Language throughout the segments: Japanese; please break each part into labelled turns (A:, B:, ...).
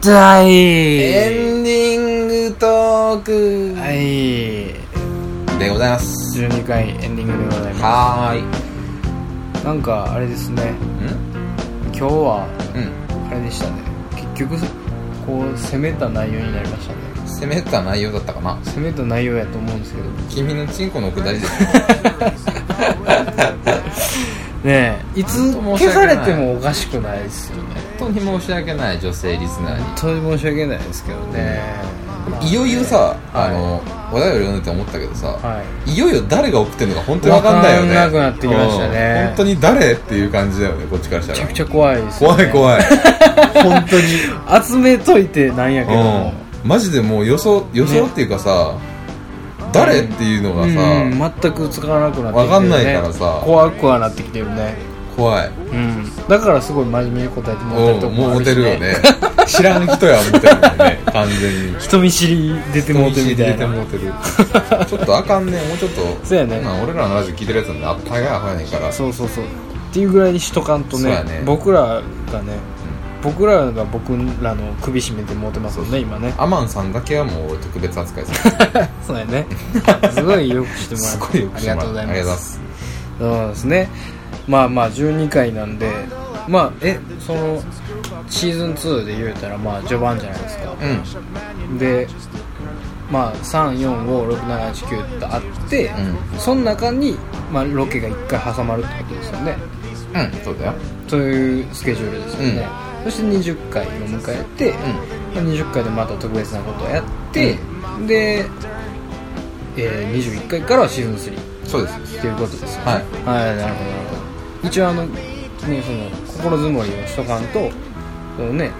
A: つらい
B: エンディングトーク
A: はい
B: でございます
A: 12回エンディングでございま
B: はーい
A: すなんかあれですね
B: うん
A: 今日は
B: うん
A: あれでしたね結局こう攻めた内容になりましたね
B: 攻めた内容だったかな
A: 攻めた内容やと思うんですけど
B: 君のチンコのくだ りですよ
A: ねえいつ
B: 本当申し
A: 消さ
B: 訳ない
A: れてもおかしくないですよね
B: 本当に申し訳ない女性リスナー
A: 本当に申し訳ないですけどね、
B: にいよいよさ、
A: はい
B: あのお便り読んでて思ったけどさ、
A: はい
B: い、よいよ誰が送ってるのか本当に分かんないよね
A: 分かんなくなってきましたね
B: うん本当に誰っていう感じだよねこっちからし
A: めち
B: た
A: ゃく
B: ら
A: ちゃ怖いです、ね、
B: 怖い
A: い
B: 怖い本当 に
A: 集めといてなんやけども、
B: うんマジでもう予想予想っていうかさ、誰っていうのがさ、
A: うん全くつかなくなってきてる、ね、
B: わかんないからさ
A: 怖くはなってきてるね
B: 怖い
A: うんだからすごい真面目に答えてもらったり
B: う
A: と
B: ん
A: か
B: もう
A: あ
B: モ
A: る
B: テ
A: し
B: るよね 知らん人やみたいなね完全に
A: 人見知り出てもうてみたいな
B: 人見知りで出てもうてるちょっとあかんねもうちょっと
A: そうやね
B: まあ俺らのラジオ聞いてるやつなんであったかいあかんねんから
A: そうそうそうっていうぐらいにしとかんと
B: そう
A: ね
B: やね
A: 僕らがね僕らが僕らの首絞めてもうてますもんね今ね
B: アマンさんだけはもう俺特別扱いされてる
A: そうや ねすごいよくしてもら
B: す
A: って
B: ごいよくして
A: あり
B: もら
A: がとうござい
B: って
A: ます
B: ありがとうございます
A: そうですねまあまあ12回なんでまあえそのシーズン2で言うたらまあ序盤じゃないですか、でまあ345679ってあって、その中に、まあ、ロケが1回挟まるってことですよね
B: うんうんそうだよ
A: というスケジュールですよね、そして20回を迎えて、まあ20回でまた特別なことをやって、で、えー21回からはシーズン3
B: そうです
A: っていうことですよね
B: はい
A: はいなるほどなるほど一応あのねその心づもりをしとかんとそのね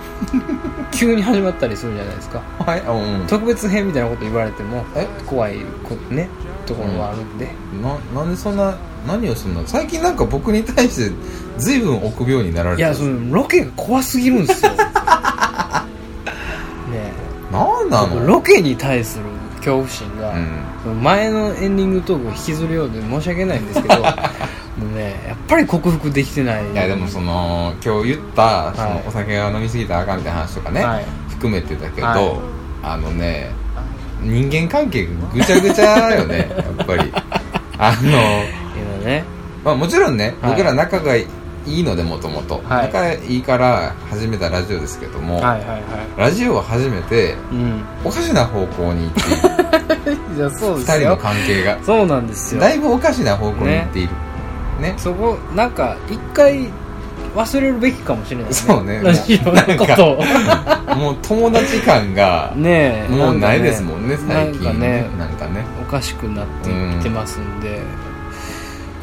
A: 急に始まったりするじゃないですか
B: はいあうん
A: 特別編みたいなこと言われても
B: え
A: 怖いこねところはあるんで、
B: ななんでそんな何をするの最近なんか僕に対して随分臆病になられ
A: い
B: てる
A: やそのロケが怖すぎるんです よねえ
B: なんなの
A: ロケに対する恐怖心が、
B: うん
A: その前のエンディングトークを引きずるようで申し訳ないんですけど もうねやっぱり克服できてない
B: いやでもその今日言ったそ
A: はい
B: のお酒が飲みすぎたらあかんみたいな話とかね、
A: はい
B: 含めてだけど、
A: はい
B: あのね人間関係ぐちゃぐちゃよ ねやっぱりあの、
A: っていうのはね
B: まあ、もちろんね、
A: はい
B: 僕ら仲がいいのでもともと
A: はい
B: 仲いいから始めたラジオですけども、
A: はいはいはい
B: ラジオを始めて
A: うん
B: おかしな方向に行 っている
A: いやそうです
B: 2人の
A: よ
B: 関係が
A: そうなんですよ
B: だいぶおかしな方向に行っている ね
A: そこなんか一回忘れるべきかもしれない、ね、
B: そうね
A: ラジオのことを
B: もう友達感が
A: ねえ
B: もうないです
A: ん
B: も
A: か
B: んね最近
A: なんかね
B: なんかね
A: おかしくなってきてますんで、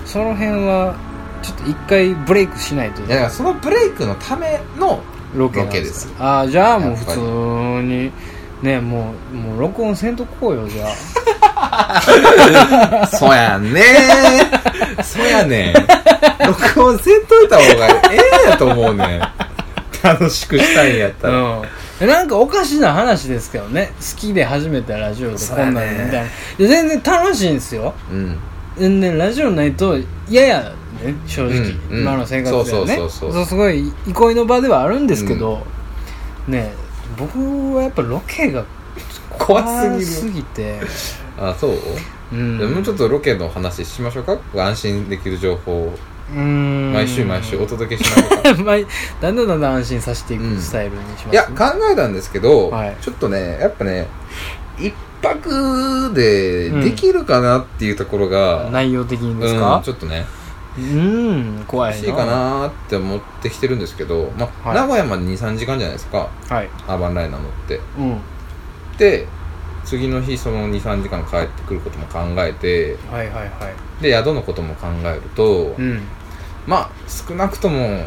A: その辺はちょっと一回ブレイクしないと
B: いやだからそのブレイクのための
A: ロケなん
B: ロケです
A: ああじゃあもう普
B: やっぱ
A: 通にねもうもう録音せんとこうよじ ゃあ
B: そうやねー そうやねん録音せんといた方がええやと思うねん楽しくしたいんやったら、
A: うん、なんかおかしな話ですけどね好きで始めたラジオでこんなんみたいな、いや全然楽しいんですよ
B: うん
A: 全然ラジオないと嫌やね正直、
B: うんうん
A: 今の生活ではね
B: そうそうそうそう
A: すごい憩いの場ではあるんですけど、ね僕はやっぱロケが
B: 怖
A: 怖
B: す
A: す
B: ぎる
A: ぎて、
B: あそう、
A: うん、
B: もうちょっとロケの話しましょうか安心できる情報を
A: うん
B: 毎週毎週お届けしま しょうか
A: 毎だんだんだんだん安心させてい
B: うん
A: くスタイルにします、
B: いや考えたんですけど、
A: はい
B: ちょっとねやっぱね一泊でできるかなっていうところが、
A: 内容的にです
B: うん
A: か
B: ちょっとね
A: うん怖い
B: 欲しいかなーって思ってきてるんですけど、まあ
A: はい
B: 名古屋まで23時間じゃないですか
A: はい
B: アーバンライナー乗って
A: うん
B: で次の日その23時間帰ってくることも考えて
A: はいはいはい
B: で宿のことも考えると、
A: うん
B: まあ少なくとも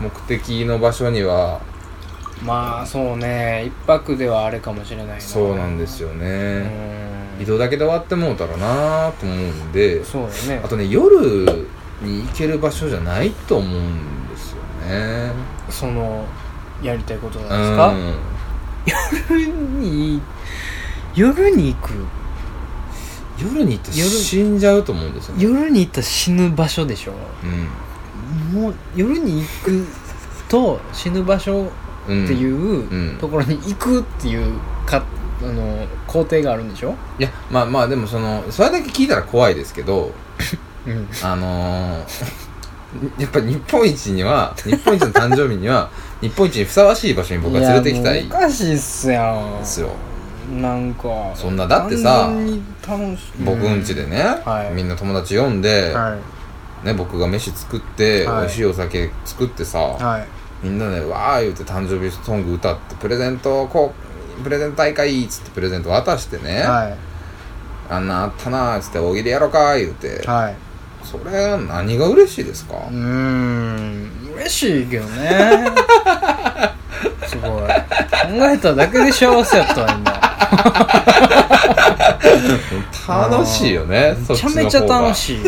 B: 目的の場所には
A: まあそうね一泊ではあれかもしれないな
B: そうなんですよ
A: う
B: ね、
A: ん
B: 移動だけで終わってもうたらなーと思うんで
A: そうだよね
B: あとね夜に行ける場所じゃないと思うんですよね
A: そのやりたいことなんです
B: う
A: か、
B: ん
A: 夜に夜に行く
B: 夜に行って
A: 夜
B: 死んじゃうと思うんですよね
A: 夜に行ったら死ぬ場所でしょ
B: うん
A: もう夜に行くと死ぬ場所ってい
B: んうん
A: うところに行くっていうかあの工程があるんでしょ、
B: いやまあまあでもそのそれだけ聞いたら怖いです けど
A: うん、
B: あのーやっぱ日本一には日本一の誕生日には日本一にふさわしい場所に僕は連れてきたい
A: や
B: ん
A: もう
B: で
A: おかしいっすやん
B: すよ
A: なんか
B: そんなだってさ
A: 単純に楽し
B: 僕ん家でね、
A: はい
B: みんな友達呼んで、
A: はい
B: ね、僕が飯作って、
A: はい
B: 美味しいお酒作ってさ、
A: はい
B: みんなでわー言うて誕生日ソング歌ってプレゼントをこうプレゼント大会っつってプレゼント渡してね、
A: は
B: あんなあったなーっつって大喜利やろかー言うて、
A: いはい
B: それは何が嬉しいですか、
A: うーん嬉しいけどねすごい考えただけで幸せやったわ今
B: 楽しいよね そ
A: め
B: っ
A: ち
B: ち
A: ゃ
B: の方
A: めちゃ
B: が
A: 楽しい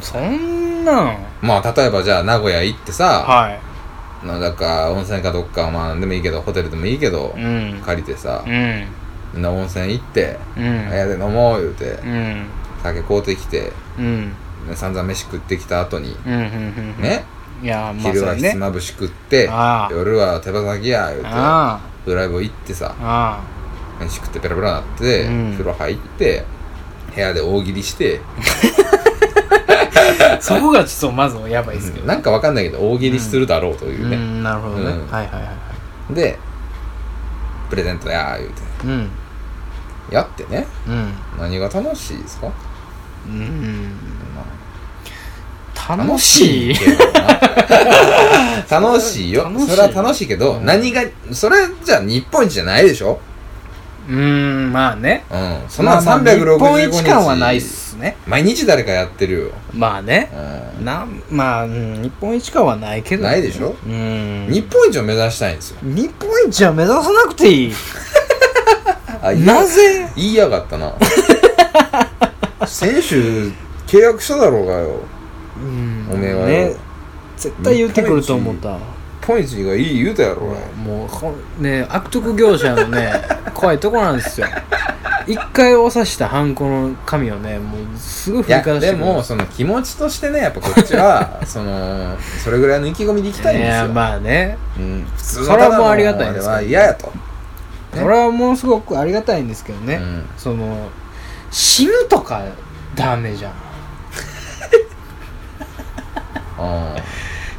A: そんなん
B: まあ例えばじゃあ名古屋行ってさ、
A: は
B: なんだか温泉かどっかまあでもいいけどホテルでもいいけど、
A: いうん
B: 借りてさ
A: う、ん
B: みんな温泉行って、
A: う
B: あ
A: ん
B: やで飲もう言うて、
A: うん
B: 酒買うてきて、
A: うん
B: ね、散々飯食ってきた後に、
A: うんうんうん
B: ね、
A: いやまあ
B: 昼
A: そ
B: は
A: れ
B: ひつ
A: ね
B: まぶし食って、
A: ああ
B: 夜は手羽先や言うて
A: あ
B: ドライブ行ってさ
A: ああ
B: 飯食ってペラペラなって、
A: うん
B: 風呂入って部屋で大喜利して、
A: あそこがちょっとまずやばいですけど
B: なんかわかんないけど大喜利するだろうといううね、
A: んなるほどね
B: うん
A: はいはいはいは
B: でプレゼントや言うて
A: いうん
B: やってね
A: うん
B: 何が楽しいですか
A: うん
B: まあ
A: 楽しい
B: 楽けど な楽しいよ
A: 楽しい
B: それは楽しいけど、
A: うん
B: 何がそれじゃあ日本一じゃないでしょ
A: うーんまあね
B: うんそんな
A: まあまあ
B: 365日、
A: 日本一感はないっすね
B: 毎日誰かやってるよ、
A: まあね
B: う
A: なんまあ、うん、日本一感はないけど
B: ないでしょ
A: うん
B: ん、日本一を目指したいんですよ
A: 日本一は目指さなくていい
B: あ
A: なぜ
B: 言いやがっ たな選手契約しただろうがよ
A: うん
B: おめえはよ、
A: ね絶対言ってくると思った
B: 日本一がいい言うたやろうがよ
A: もうほんね悪徳業者のね 怖いとこなんですよ一回押さしたハンコの紙をねもうすぐ
B: い
A: 振り
B: や
A: かざして
B: で
A: くる
B: もその気持ちとしてねやっぱこっち はそのそれぐらいの意気込みでいきたいん
A: い
B: です
A: や
B: よ、
A: まあね
B: うん、普通の
A: それはもう
B: ただの
A: ありがたいですけど
B: あれは嫌やと、
A: それはものすごくありがたいんですけどね、
B: うん
A: その死ぬとかダメじゃん
B: あ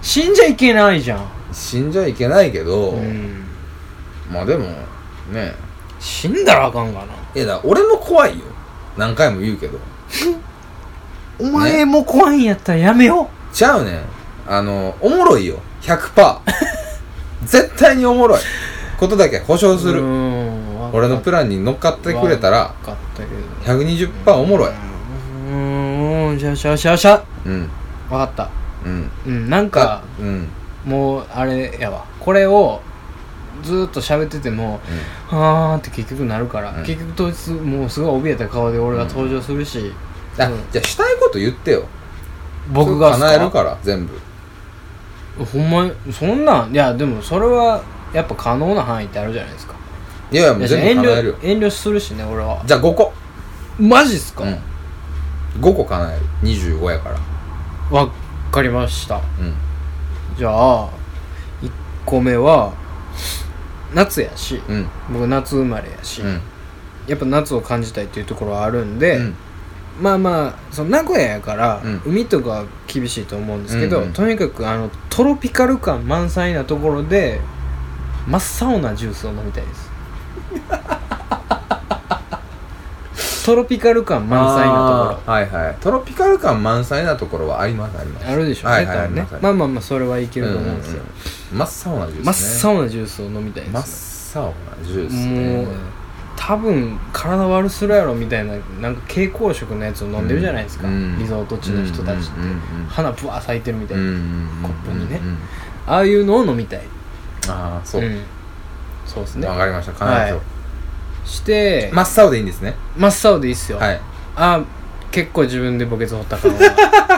A: 死んじゃいけないじゃん、
B: ー死んじゃいけないけど、
A: うん、
B: まあでもね
A: 死んだらあかんがない
B: やだから俺も怖いよ何回も言うけど
A: お前も怖いんやったらやめよ
B: ちゃうねんあのおもろいよ100% 絶対におもろいことだけ保証
A: う
B: する
A: ん
B: 俺のプ
A: ラ
B: ランに乗っかってくれたら
A: 分かったけど
B: 120%おもろい
A: うんうんじゃあしゃあしゃあしゃ
B: うん
A: 分かった
B: うん
A: うんなんか
B: うん
A: もうあれやわこれをずーっと喋っててもはーって結局なるから、
B: うん
A: 結局当日もうすごい怯えた顔で俺が登場するし、
B: あ
A: うん
B: じゃあしたいこと言ってよ
A: 僕がっす
B: 叶えるから全部
A: ほんまにそんなんいやでもそれはやっぱ可能な範囲ってあるじゃないですか
B: いやいやもう
A: いや
B: 全
A: 遠
B: 部叶えるよ
A: 慮遠慮するしね俺は
B: じゃあ5個
A: マジっすか、
B: うん5個叶える25やから
A: わっかりました
B: うん
A: じゃあ1個目は夏やし
B: うん
A: 僕夏生まれやし、
B: うん
A: やっぱ夏を感じたいっていうところはあるんで、
B: うん
A: まあまあその名古屋やから、
B: うん
A: 海とかは厳しいと思うんですけど、
B: うんうん
A: とにかくあのトロピカル感満載なところで真っ青なジュースを飲みたい ですトロピカル感満載なとこ
B: あーはいはいトロピカル感満載なところはありますあります
A: ろあるでしょうね、
B: はいはい
A: 多分ね
B: あります
A: まあまあまあそれはいけると思うんですよ、
B: うんうんうん真っ青なジュースね
A: 真っ青なジュースを飲みたいです
B: 真っ青なジュース
A: も
B: ね
A: う多分体悪するやろみたいななんか蛍光色のやつを飲んでるじゃないですか、
B: うん
A: リゾート地の人たちって、
B: うんうんうん
A: 花ぶわー咲いてるみたいな、
B: コ
A: コップにねああいうのを飲みたい
B: ああそう
A: うんそうですね
B: わかりました叶えよ
A: はして、
B: う真っ青でいいんですね
A: 真っ青でいいっすよ、
B: はい
A: あ結構自分で墓穴掘ったから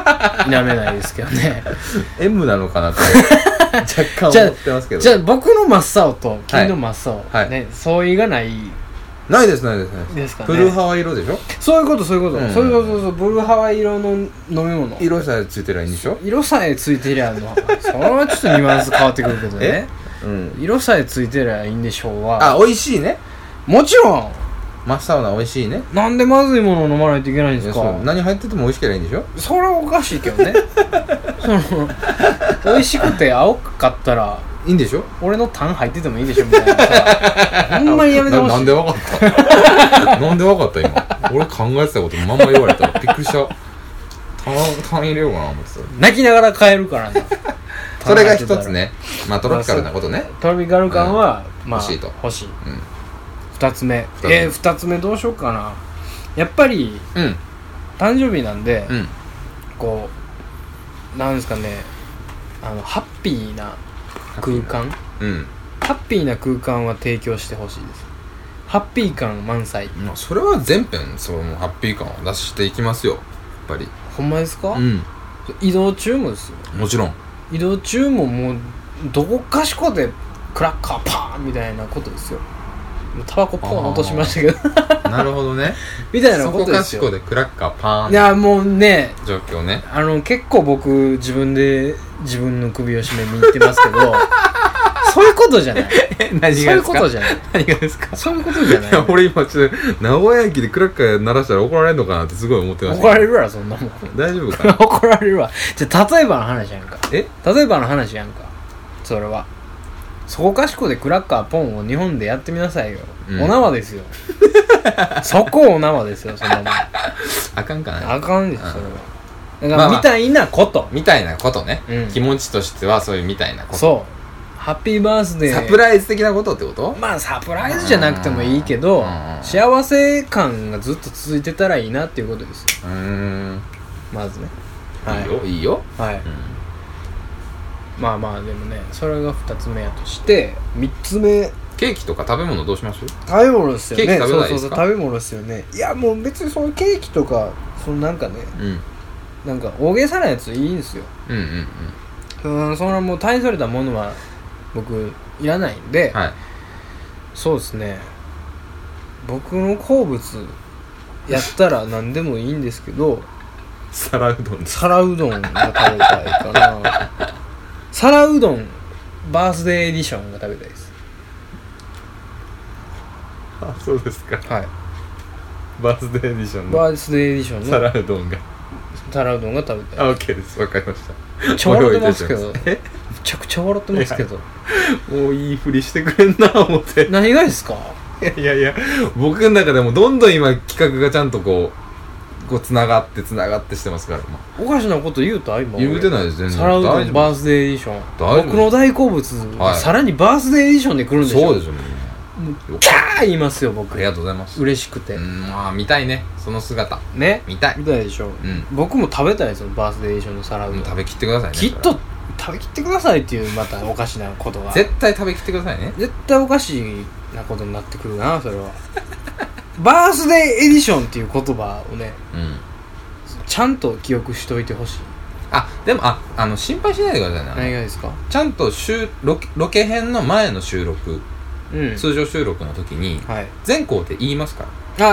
A: は 否めないですけどね
B: M なのかな と若干思ってますけど
A: じゃあ僕の真っ青と君の真っ青、
B: はい
A: ね相違がない
B: ないですないですないで
A: で
B: す
A: すかね
B: ブルーハワイ色でしょ
A: そういうことそういうこと、
B: うん
A: そういうことそうそうブルーハワイ色の飲み物
B: 色さえついてりゃいいんでしょ
A: 色さえついてりゃあのそれはちょっとニュアンス変わってくるけどね
B: えうん
A: 色さえついてりゃいいんでしょうは
B: あ美味しいね
A: もちろん
B: 真っ青な美味しいね
A: なんでまずいものを飲まないといけないん
B: い
A: で
B: や
A: す
B: そう
A: か
B: 何入ってても美味しければいいんでしょ
A: それはおかしいけど ねその美味しくて青かったら
B: いいんでしょ
A: 俺のタン入っててもいいでしょみたいな さほんまにやめてほ
B: な
A: し
B: ないんでわか ったなんでわかった今俺考えてたことまんま言われたびっくりした単単入れようかな思って
A: 泣きながら帰るからな
B: たそれが一つねまあトロピカルなことね
A: トロピカル感は、まあ
B: 欲しいと
A: 欲しい、
B: ん
A: 二つ目
B: つ目
A: えー、二つ目どうしようかなやっぱり
B: うん
A: 誕生日なんで、
B: うん
A: こうなんですかねあのハッピーな空間
B: うん
A: ハッピーな空間は提供してほしいですハッピー感満載
B: まあそれは全編そのハッピー感を出していきますよやっぱり
A: ほんまですか、
B: うん
A: 移動中もですよ
B: もちろん
A: 移動中ももうどこかしこでクラッカーパーンみたいなことですよもうタバコポーン落としましたけど
B: なるほどね
A: み たいな
B: そ
A: こ
B: こと
A: で
B: か
A: す
B: し
A: よ
B: こでクラッカー
A: い
B: パーン
A: やもうね
B: 状況ね
A: あの結構僕自分で自分の首を絞めに行ってますけ どそういうことじゃない
B: 何
A: そういうことじゃない
B: 何がですか
A: そういうことじゃない
B: いや俺今ちょっと名古屋駅でクラッカー鳴らしたら怒られるのかなってすごい思ってました
A: 怒られるわそんなもん
B: 大丈夫かな
A: 怒られるわじゃあ例えばの話やんか
B: え
A: 例えばの話やんかそれはそこかしこでクラッカーポンを日本でやってみなさいよ、
B: うん
A: お縄ですよ そこお縄ですよそんなもん
B: あかんかな
A: あかんですそれはだから、
B: まあまあ
A: みたいなこと
B: みたいなことね、
A: うん
B: 気持ちとしてはそういうみたいなこと
A: そうハッピーバースデー
B: サプライズ的なことってこと
A: まあサプライズじゃなくてもいいけど
B: うん
A: 幸せ感がずっと続いてたらいいなっていうことですよ
B: うーん
A: まずね
B: いいよ、い、いよ、
A: はい、
B: う
A: まあまあでもねそれが2つ目やとして3つ目
B: ん、ケーキとか食べ物どうします
A: 食べ物ですよね
B: ケーキ食べない
A: そ
B: で
A: うそ
B: す
A: うそ
B: か
A: う食べ物ですよねいやもう別にそのケーキとかそのなんかね
B: うんうん
A: なんか大げさなやついいんですよ
B: うんうん
A: うんそのもう大それたものは僕いらないんで、
B: はい
A: そうですね僕の好物やったら何でもいいんですけど
B: 皿うどんです
A: 皿うどんが食べたいかな皿うどんバースデーエディションが食べたいです
B: あそうですか
A: はい
B: バースデーエディションの
A: バースデーエディションの
B: 皿うどんが
A: 皿うどんが食べたい
B: あ OK ですわかりました
A: 超笑ってますけ
B: ご用
A: ど
B: 意
A: め
B: いたし
A: ちゃくちゃ笑ってますけど
B: ますえもういいふりしてくれんな思って
A: 何がですか
B: いやいやいや僕の中でもどんどん今企画がちゃんとこうこうつながってつながってしてますから今
A: おかしなこと言うた今俺
B: 言うてないです全然
A: 皿うど
B: 大
A: ん
B: 丈
A: バ
B: 夫
A: ースデーエディション
B: 大丈夫
A: 僕の大好物、
B: はい
A: さらにバースデーエディションで来るんでしょ
B: そうですよもうよ
A: キャー言いますよ僕
B: ありがとうございます
A: 嬉しくて、
B: うんまあ見たいねその姿
A: ね
B: 見たい
A: みたいでしょ、
B: うん
A: 僕も食べたいですよバースデーエディションの皿うどん
B: もう食べきってくださいね
A: きっと食べきってくださいっていうまたおかしなことが
B: 絶対食べきってくださいね
A: 絶対おかしなことになってくるなそれは バースデーエディションっていう言葉をね
B: うん
A: ちゃんと記憶しておいてほしい
B: あでもああの心配しないでください
A: 何
B: ね
A: がですか
B: ちゃんと収ロケロケ編の前の収録
A: うん
B: 通常収録の時に
A: はい
B: 全校って言いますから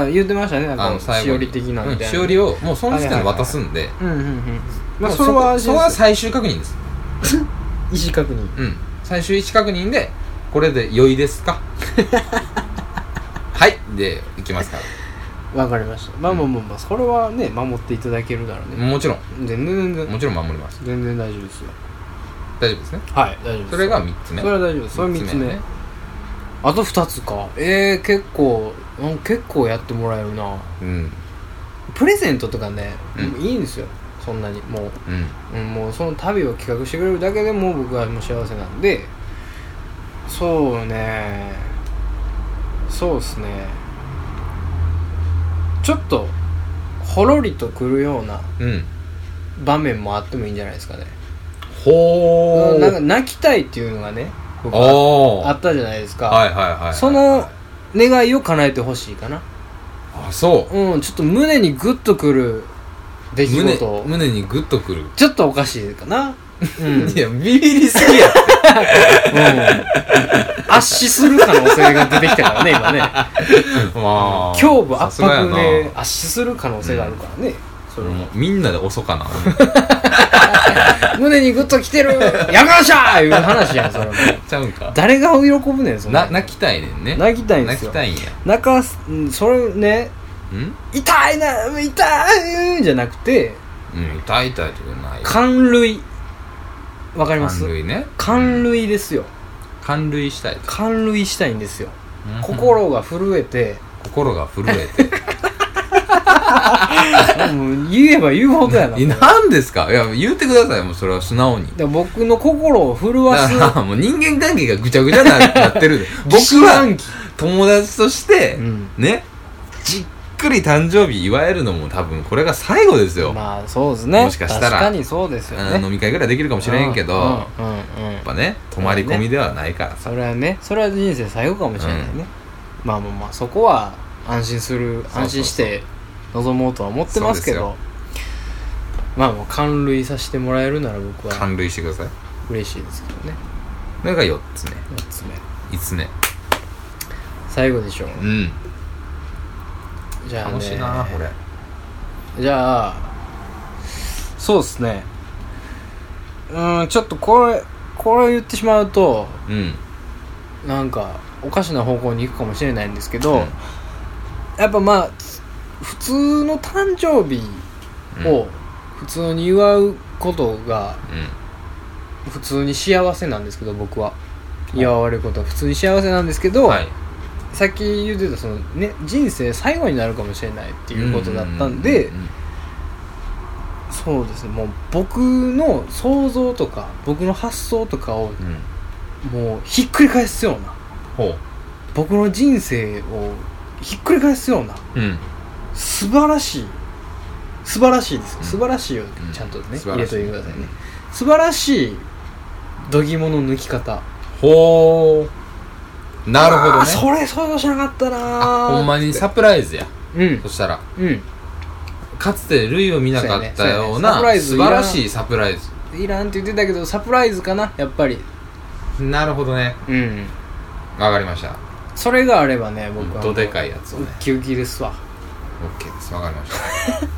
A: ああ言ってましたねなん
B: あ
A: か
B: の最
A: しお
B: 後に
A: り的な
B: う
A: み
B: ん
A: たいな、
B: しおりをもうその時点で渡すんで
A: うんうんうんまあ
B: もう
A: それは安
B: そ
A: 心
B: こ
A: で
B: は
A: す
B: 最終確認です
A: 意思確認
B: うん最終位置確認でこれで良いです かはいでいきますか
A: わかりましたまあまあまあまあそれはね守っていただけるなら
B: ら
A: ね
B: もちろん
A: 全然全然
B: もちろん守ります
A: 全然大丈夫ですよ
B: 大丈夫ですね
A: はい大丈夫です
B: それが3つ目
A: それは大丈夫ですそれ3つ目
B: ね
A: あと2つかえー、結構うん結構やってもらえるな
B: うん
A: プレゼントとかね、
B: うん
A: いいんですよそんなにもう,、
B: うん
A: うん、もうその旅を企画してくれるだけでもう僕はもう幸せなんでそうねそうっすねちょっとほろりとくるような
B: うん
A: 場面もあってもいいんじゃないですかね
B: ほ
A: う
B: ー
A: んなんか泣きたいっていうのがね僕は
B: おー
A: あったじゃないですか、
B: はいはいはいはいはい
A: その願いを叶えてほしいかな
B: あそう
A: うんちょっと胸にグッとくる出来
B: 胸
A: 事を
B: 胸にグッとくる
A: ちょっとおかしいかなうん、
B: いやビビりす ぎやって
A: うん圧死する可能性が出てきたからね今ね
B: まあ
A: 胸部圧
B: さすがや
A: 迫
B: な
A: で圧死する可能性があるからね、それ
B: 俺
A: も
B: もみんなで遅かな
A: 胸にグッときてるやがらっしゃーいう話やんそれも
B: ちゃうんか
A: 誰が喜ぶねんそん
B: な
A: な
B: 泣きたいねんね
A: 泣きたいんですよ
B: 泣きたいんや
A: 泣かすうんそれね
B: うん
A: 痛いな痛いじゃなくて
B: うん痛い痛いとかない
A: 寒類わかります
B: 寒類ね
A: 寒類ですよ
B: 寒類したいと
A: 寒類したいんですよ
B: うん
A: 心が震えて
B: 心が震えて
A: もう言えば言うほどやな
B: え何ですかいや言ってくださいもうそれは素直に
A: で僕の心を震わ
B: だ
A: す
B: から もう人間関係がぐちゃぐちゃにななっ てる僕は
A: 思春期
B: 友達として、
A: うん
B: ねじっくり誕生日祝えるのも多分これが最後ですよ、
A: まあそうですね
B: もしかしたら
A: 確かにそうですよ
B: あの
A: ね
B: 飲み会ぐらいできるかもしれんけど、
A: うんうん
B: や
A: うんうん
B: っぱね泊まり込みではないから
A: そ
B: さ、
A: れはねそれは人生最後かもしれないね、まあまあまあそこは安心する
B: そうそう
A: 安心して臨もうとは思ってますけ
B: そう
A: どまあもう感類させてもらえるなら僕は
B: 感類してください
A: 嬉しいですけどね
B: それが4つね
A: 4つ目
B: 5つね
A: 最後でしょう
B: うん
A: じゃあ、ね、
B: 楽しいなこれ
A: じゃあそうですねうーんちょっとこれこれを言ってしまうと
B: うん
A: なんかおかしな方向に行くかもしれないんですけど、
B: うん
A: やっぱまあ普通の誕生日を普通に祝うことが普通に幸せなんですけど僕は祝われることは普通に幸せなんですけ
B: う
A: ど、
B: んはい
A: さっき言ってたその、ね、人生最後になるかもしれないっていうことだったんで、
B: うううん
A: そうですねもう僕の想像とか僕の発想とかを
B: うんうん
A: もうひっくり返すような
B: ほ
A: 僕の人生をひっくり返すような
B: ううん
A: 素晴らしい素晴らしいですよ、
B: うん
A: 素晴らしいをちゃんとね、
B: うん素晴
A: 入れ
B: らしい
A: といてくださいね素晴らしい度肝の抜き方
B: ほうなるほど
A: あー
B: ね
A: それ想像しなかったなー
B: あほんまにサプライズや
A: うん
B: そしたら
A: うん
B: かつて類を見なかったような
A: そうやね
B: 素
A: そうや
B: 晴
A: ね
B: らしいサプライズ
A: いらんって言ってたけどサプライズかなやっぱり
B: なるほどね
A: うん
B: わかりました
A: それがあればね僕は
B: どでか
A: い
B: いやつを
A: ウ
B: ね
A: ッキウキですわ
B: OK ですわかりました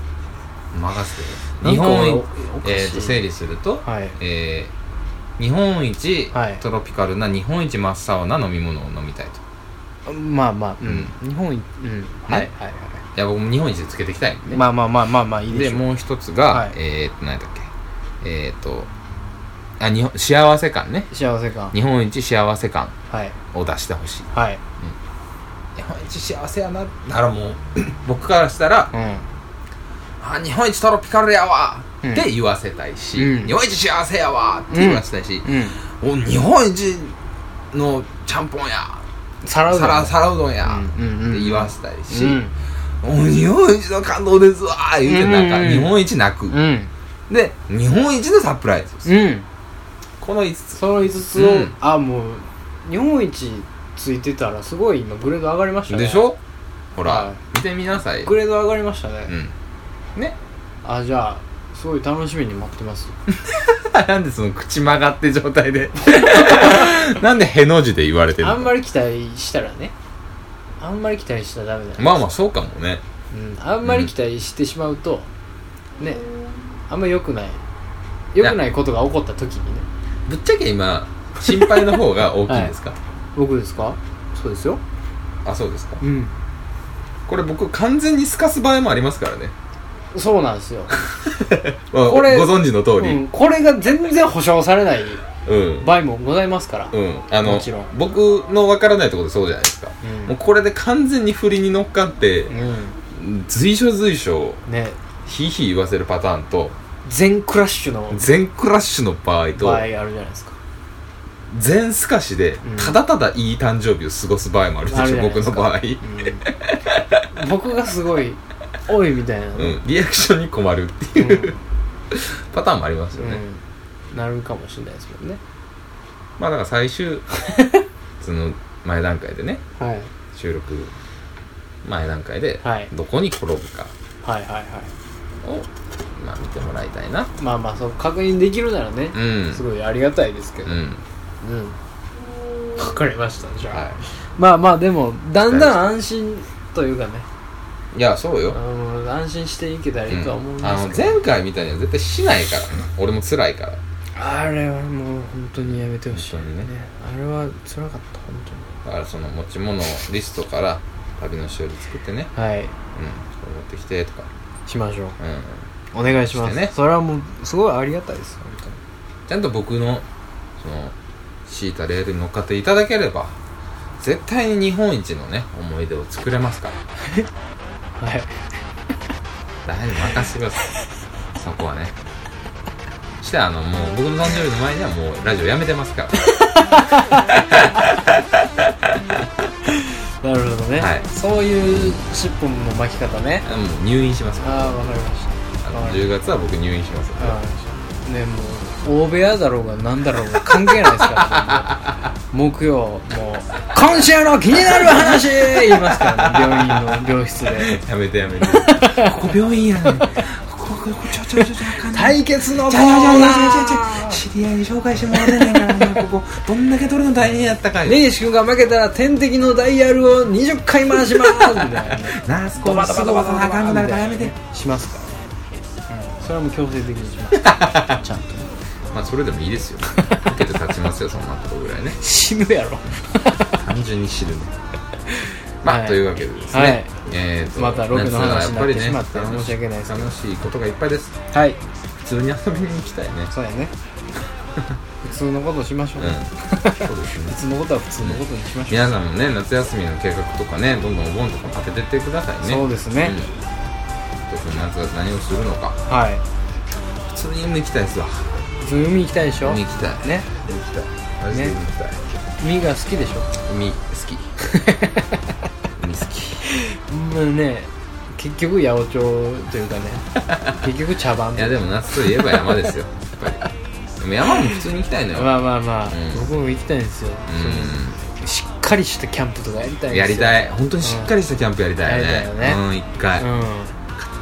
B: 任せてく
A: な
B: ださい
A: ん
B: 日
A: か
B: 本
A: おかしい
B: えーと整理すると
A: はい
B: えー日本一
A: はい
B: トロピカルな日本一真っ青な飲み物を飲みたいと
A: まあまあうん、日本いうん、はいはいはい
B: や僕も日本一でつけていきたいんで
A: いまあまあまあまあまあいいで
B: で
A: しょう
B: もう一つが、
A: はい
B: えーっと何だっけえーっとあ日本幸せ感ね
A: 幸せ感
B: 日本一幸せ感
A: はい
B: を出してほしい
A: はい
B: 日本一幸せやななら もう僕からしたら
A: う
B: 「あ日本一トロピカルやわ」
A: うん
B: って言わせたいし、
A: うん
B: 日本一幸せやわ」って言わせたいし
A: んうん
B: 「お日本一のちゃんぽんや
A: 皿うどん
B: 皿皿うどんや」
A: うんうんうん
B: って言わせたいし
A: う
B: 「
A: ん
B: お日本一の感動ですわ」言うてなんか、
A: うんうんうん
B: 日本一泣く、
A: うん
B: で日本一のサプライズです、
A: うん
B: この5つ
A: その5つを、
B: うん
A: あもう日本一ついてたらすごい今グレード上がりましたね
B: でしょほら、
A: はい
B: 見てみなさい
A: グレード上がりましたね、
B: うんね
A: あじゃあすごい楽しみに待ってます
B: なんでその口曲がって状態 でなんでへの字で言われてるの
A: あんまり期待したらねあんまり期待したらダメだね、
B: まあまあそうかもね
A: うん、あんまり期待してしまうと、ねあんま良くない良くないことが起こった時にね
B: ぶっちゃけ今心配の方が大きいんですか、
A: 僕ですかそうですよ
B: あそうですか
A: うん
B: これ僕完全にすかす場合もありますからね、
A: そうなんですよ、
B: まあ
A: これ
B: ご存知の通
A: う
B: りうん
A: ん、これが全然保証されない
B: うん、
A: 場合もございますから、
B: あの
A: もちろん
B: 僕のわからないところでそうじゃないですか、
A: うん
B: もうこれで完全に振りに乗っかって
A: う、ん
B: 随所随所
A: ね
B: ひいひい言わせるパターンと
A: 全クラッシュの
B: 全クラッシュの場合と
A: 場合あるじゃないですか
B: 全すかしで
A: うん
B: ただただいい誕生日を過ごす場合もあるでし
A: あるじゃ
B: ょ、
A: ない
B: 僕
A: です
B: の
A: か
B: 場合、
A: うん僕がすごい「おい」みたいな、
B: う、ん、リアクションに困るって
A: う
B: いうんパターンもありますよね、
A: うんなるかもしれないですもんね
B: まあだから 最終その前段階でね
A: はい
B: 収録前段階で
A: はい
B: どこに転ぶか
A: はいはいはい
B: を、まあ、見てもらいたいな
A: まあまあそう確認できるならね
B: う、ん
A: すごいありがたいですけど
B: う
A: うん、
B: ん
A: わかりましたじゃあ、
B: は
A: まあまあでもだんだん安心というかね
B: いいやそうよ
A: あのので安心していけたらいいとは思うん
B: う
A: で
B: んあ
A: す
B: の
A: けど、
B: 前回みたいには絶対しないから俺も辛いから
A: あれはもう本当にやめてほしい
B: 本当にね
A: あれは辛かった本
B: だからその持ち物リストから旅のしおり作ってね
A: 当にはい
B: うんこれ持ってきてとか
A: しましょう
B: うん
A: お願いします、
B: してね
A: それはもうすごいありがたいです
B: ちゃんと僕のその敷いたレールに乗っかっていただければ絶対に日本一のね思い出を作れますから
A: はい
B: 誰に任せてください そこはねそしてあのもう僕の誕生日の前にはもうラジオやめてますから
A: なるほどね、
B: はい
A: そういうシップの巻き方ね
B: もう入院しますから
A: ああわかりました
B: あ
A: わ
B: の
A: かり
B: 10月は僕入院します
A: ましたわかりましたねもう大部屋だろうが何だろうが関係ないですから、ね、もう木曜もう「今週の気になる話!」言いますからね病院の病室で
B: やめてやめてここ病院やねんここここちょちょちょちょあかんねん
A: 対決のコー
B: ち
A: ナ
B: ゃうちゃうちゃうちゃうちゃ
A: ー
B: う知り合いに紹介してもらえないからねここどんだけ取るの大変やったかい
A: 根岸君が負けたら天敵のダイヤルを20回回しますみたいなね
B: ナースコースバタあかんくなるからやめて
A: しますからね、それはもう強制的にしますちゃんと
B: まあそれでもい いですよ受けて立ちますよそんなとこぐらいね
A: 死ぬやろ
B: 単純に知るねまあ、
A: はい
B: というわけでですね、
A: はい
B: えーと
A: またロケの話になってしまって
B: 夏はやぱりね
A: 申し訳ないです
B: 楽しいことがいっぱいです
A: はい
B: 普通に遊びに行きたいね
A: そうやね普通のことしましょ
B: う
A: う、
B: ん
A: ね
B: そうですね
A: 普通のことは普通のことにしましょう、
B: 皆さんもね夏休みの計画とかねどんどんお盆とか立ててってくださいね
A: そうですね
B: ん特に夏は何をするのか
A: はい
B: 普通に海行きたいですわ
A: 普通海行きたいでしょ
B: 海行きたい
A: ね
B: 海行きたいマジで海行きたい、
A: 海が好きでしょ
B: 海好き海好き
A: まあね結局八百長という かね結局茶番
B: いやでも夏といえば山ですよやっぱりでも山も普通に行きたいのよ、
A: まあまあまあ、
B: うん
A: 僕も行きたいんですよ、しっかりしたキャンプとかやりたいん
B: うん
A: ですよ
B: やりたい本当にしっかりしたキャンプやりたい
A: やり
B: ね
A: たいよね
B: うん一回、
A: う
B: がっ
A: ん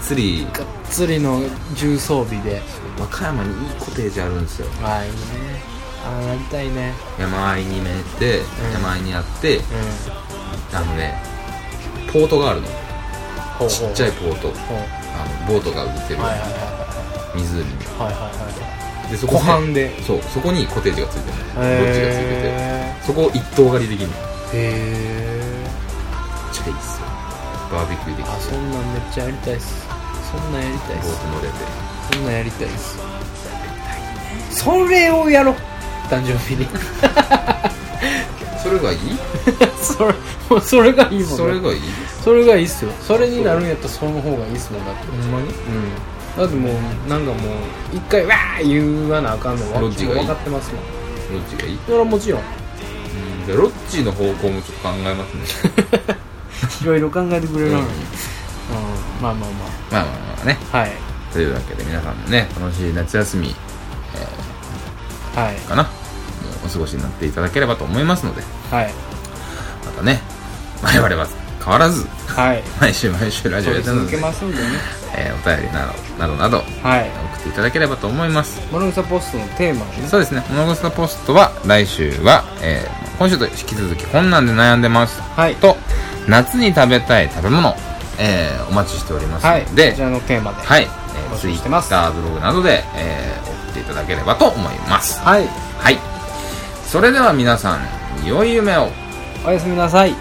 B: つり
A: がっつりの重装備で
B: 和歌山にいいコテージあるんですよ
A: まあいいねああやりたいね
B: 山あいにめて、
A: うん
B: 山あいにあって
A: うん
B: あのねポートがあるの
A: ほうほう
B: ちっちゃい
A: ほ
B: ポート
A: う
B: あのボートが浮いてる
A: はいはい
B: 湖に
A: はいはいはい
B: でそ
A: 湖
B: こ
A: 畔で
B: そうそこにコテージがついてる
A: は
B: の
A: い
B: ロッジがついてて
A: へ
B: そこを一棟借りできるのめっ
A: えへえ
B: ちゃいいっすよバーベキューでき
A: あそ
B: て
A: んなんめっちゃやりたいっすそんなんやりたいっ
B: ボート
A: す
B: 乗れて
A: そんなんやりたいっすそれをやろう誕生日に
B: それがいい
A: それ もうそれがいいもんね
B: それがいい
A: それがいいっすよそれになるんやったらその方がいいっすもんだって
B: ほんまに
A: うんだってもうなんかもう一回わー言わなあかんのは
B: ロッジがいい
A: 分かってますもん
B: ロッジがいい
A: それはもちろん
B: うんじゃあロッジの方向もちょっと考えますね
A: いろいろ考えてくれるのに、う
B: う
A: んん、まあまあま
B: まあまあまあね
A: あはい
B: というわけで皆さんもね楽しい夏休み
A: はい
B: かなもうお過ごしになっていただければと思いますので
A: はい
B: またね我々は変わらず
A: はい
B: 毎週毎週ラジオやってるの
A: 続
B: で
A: け、ますんでね
B: えーお便りなどなどなど送
A: はい
B: っていただければと思います
A: 物草ポストのテーマをね
B: そうですね「物草ポスト」は来週は、えー今週と引き続き本なんで悩んでます
A: はい
B: と夏に食べたい食べ物、えーお待ちしております
A: はい
B: ので、
A: こちらのテーマでは
B: はい、え
A: 募
B: ー、ツイ
A: 集してま
B: ッ
A: す
B: ターブログなどで、えー送っていただければと思います
A: はい、
B: はいそれでは皆さん良い夢を
A: おやすみなさい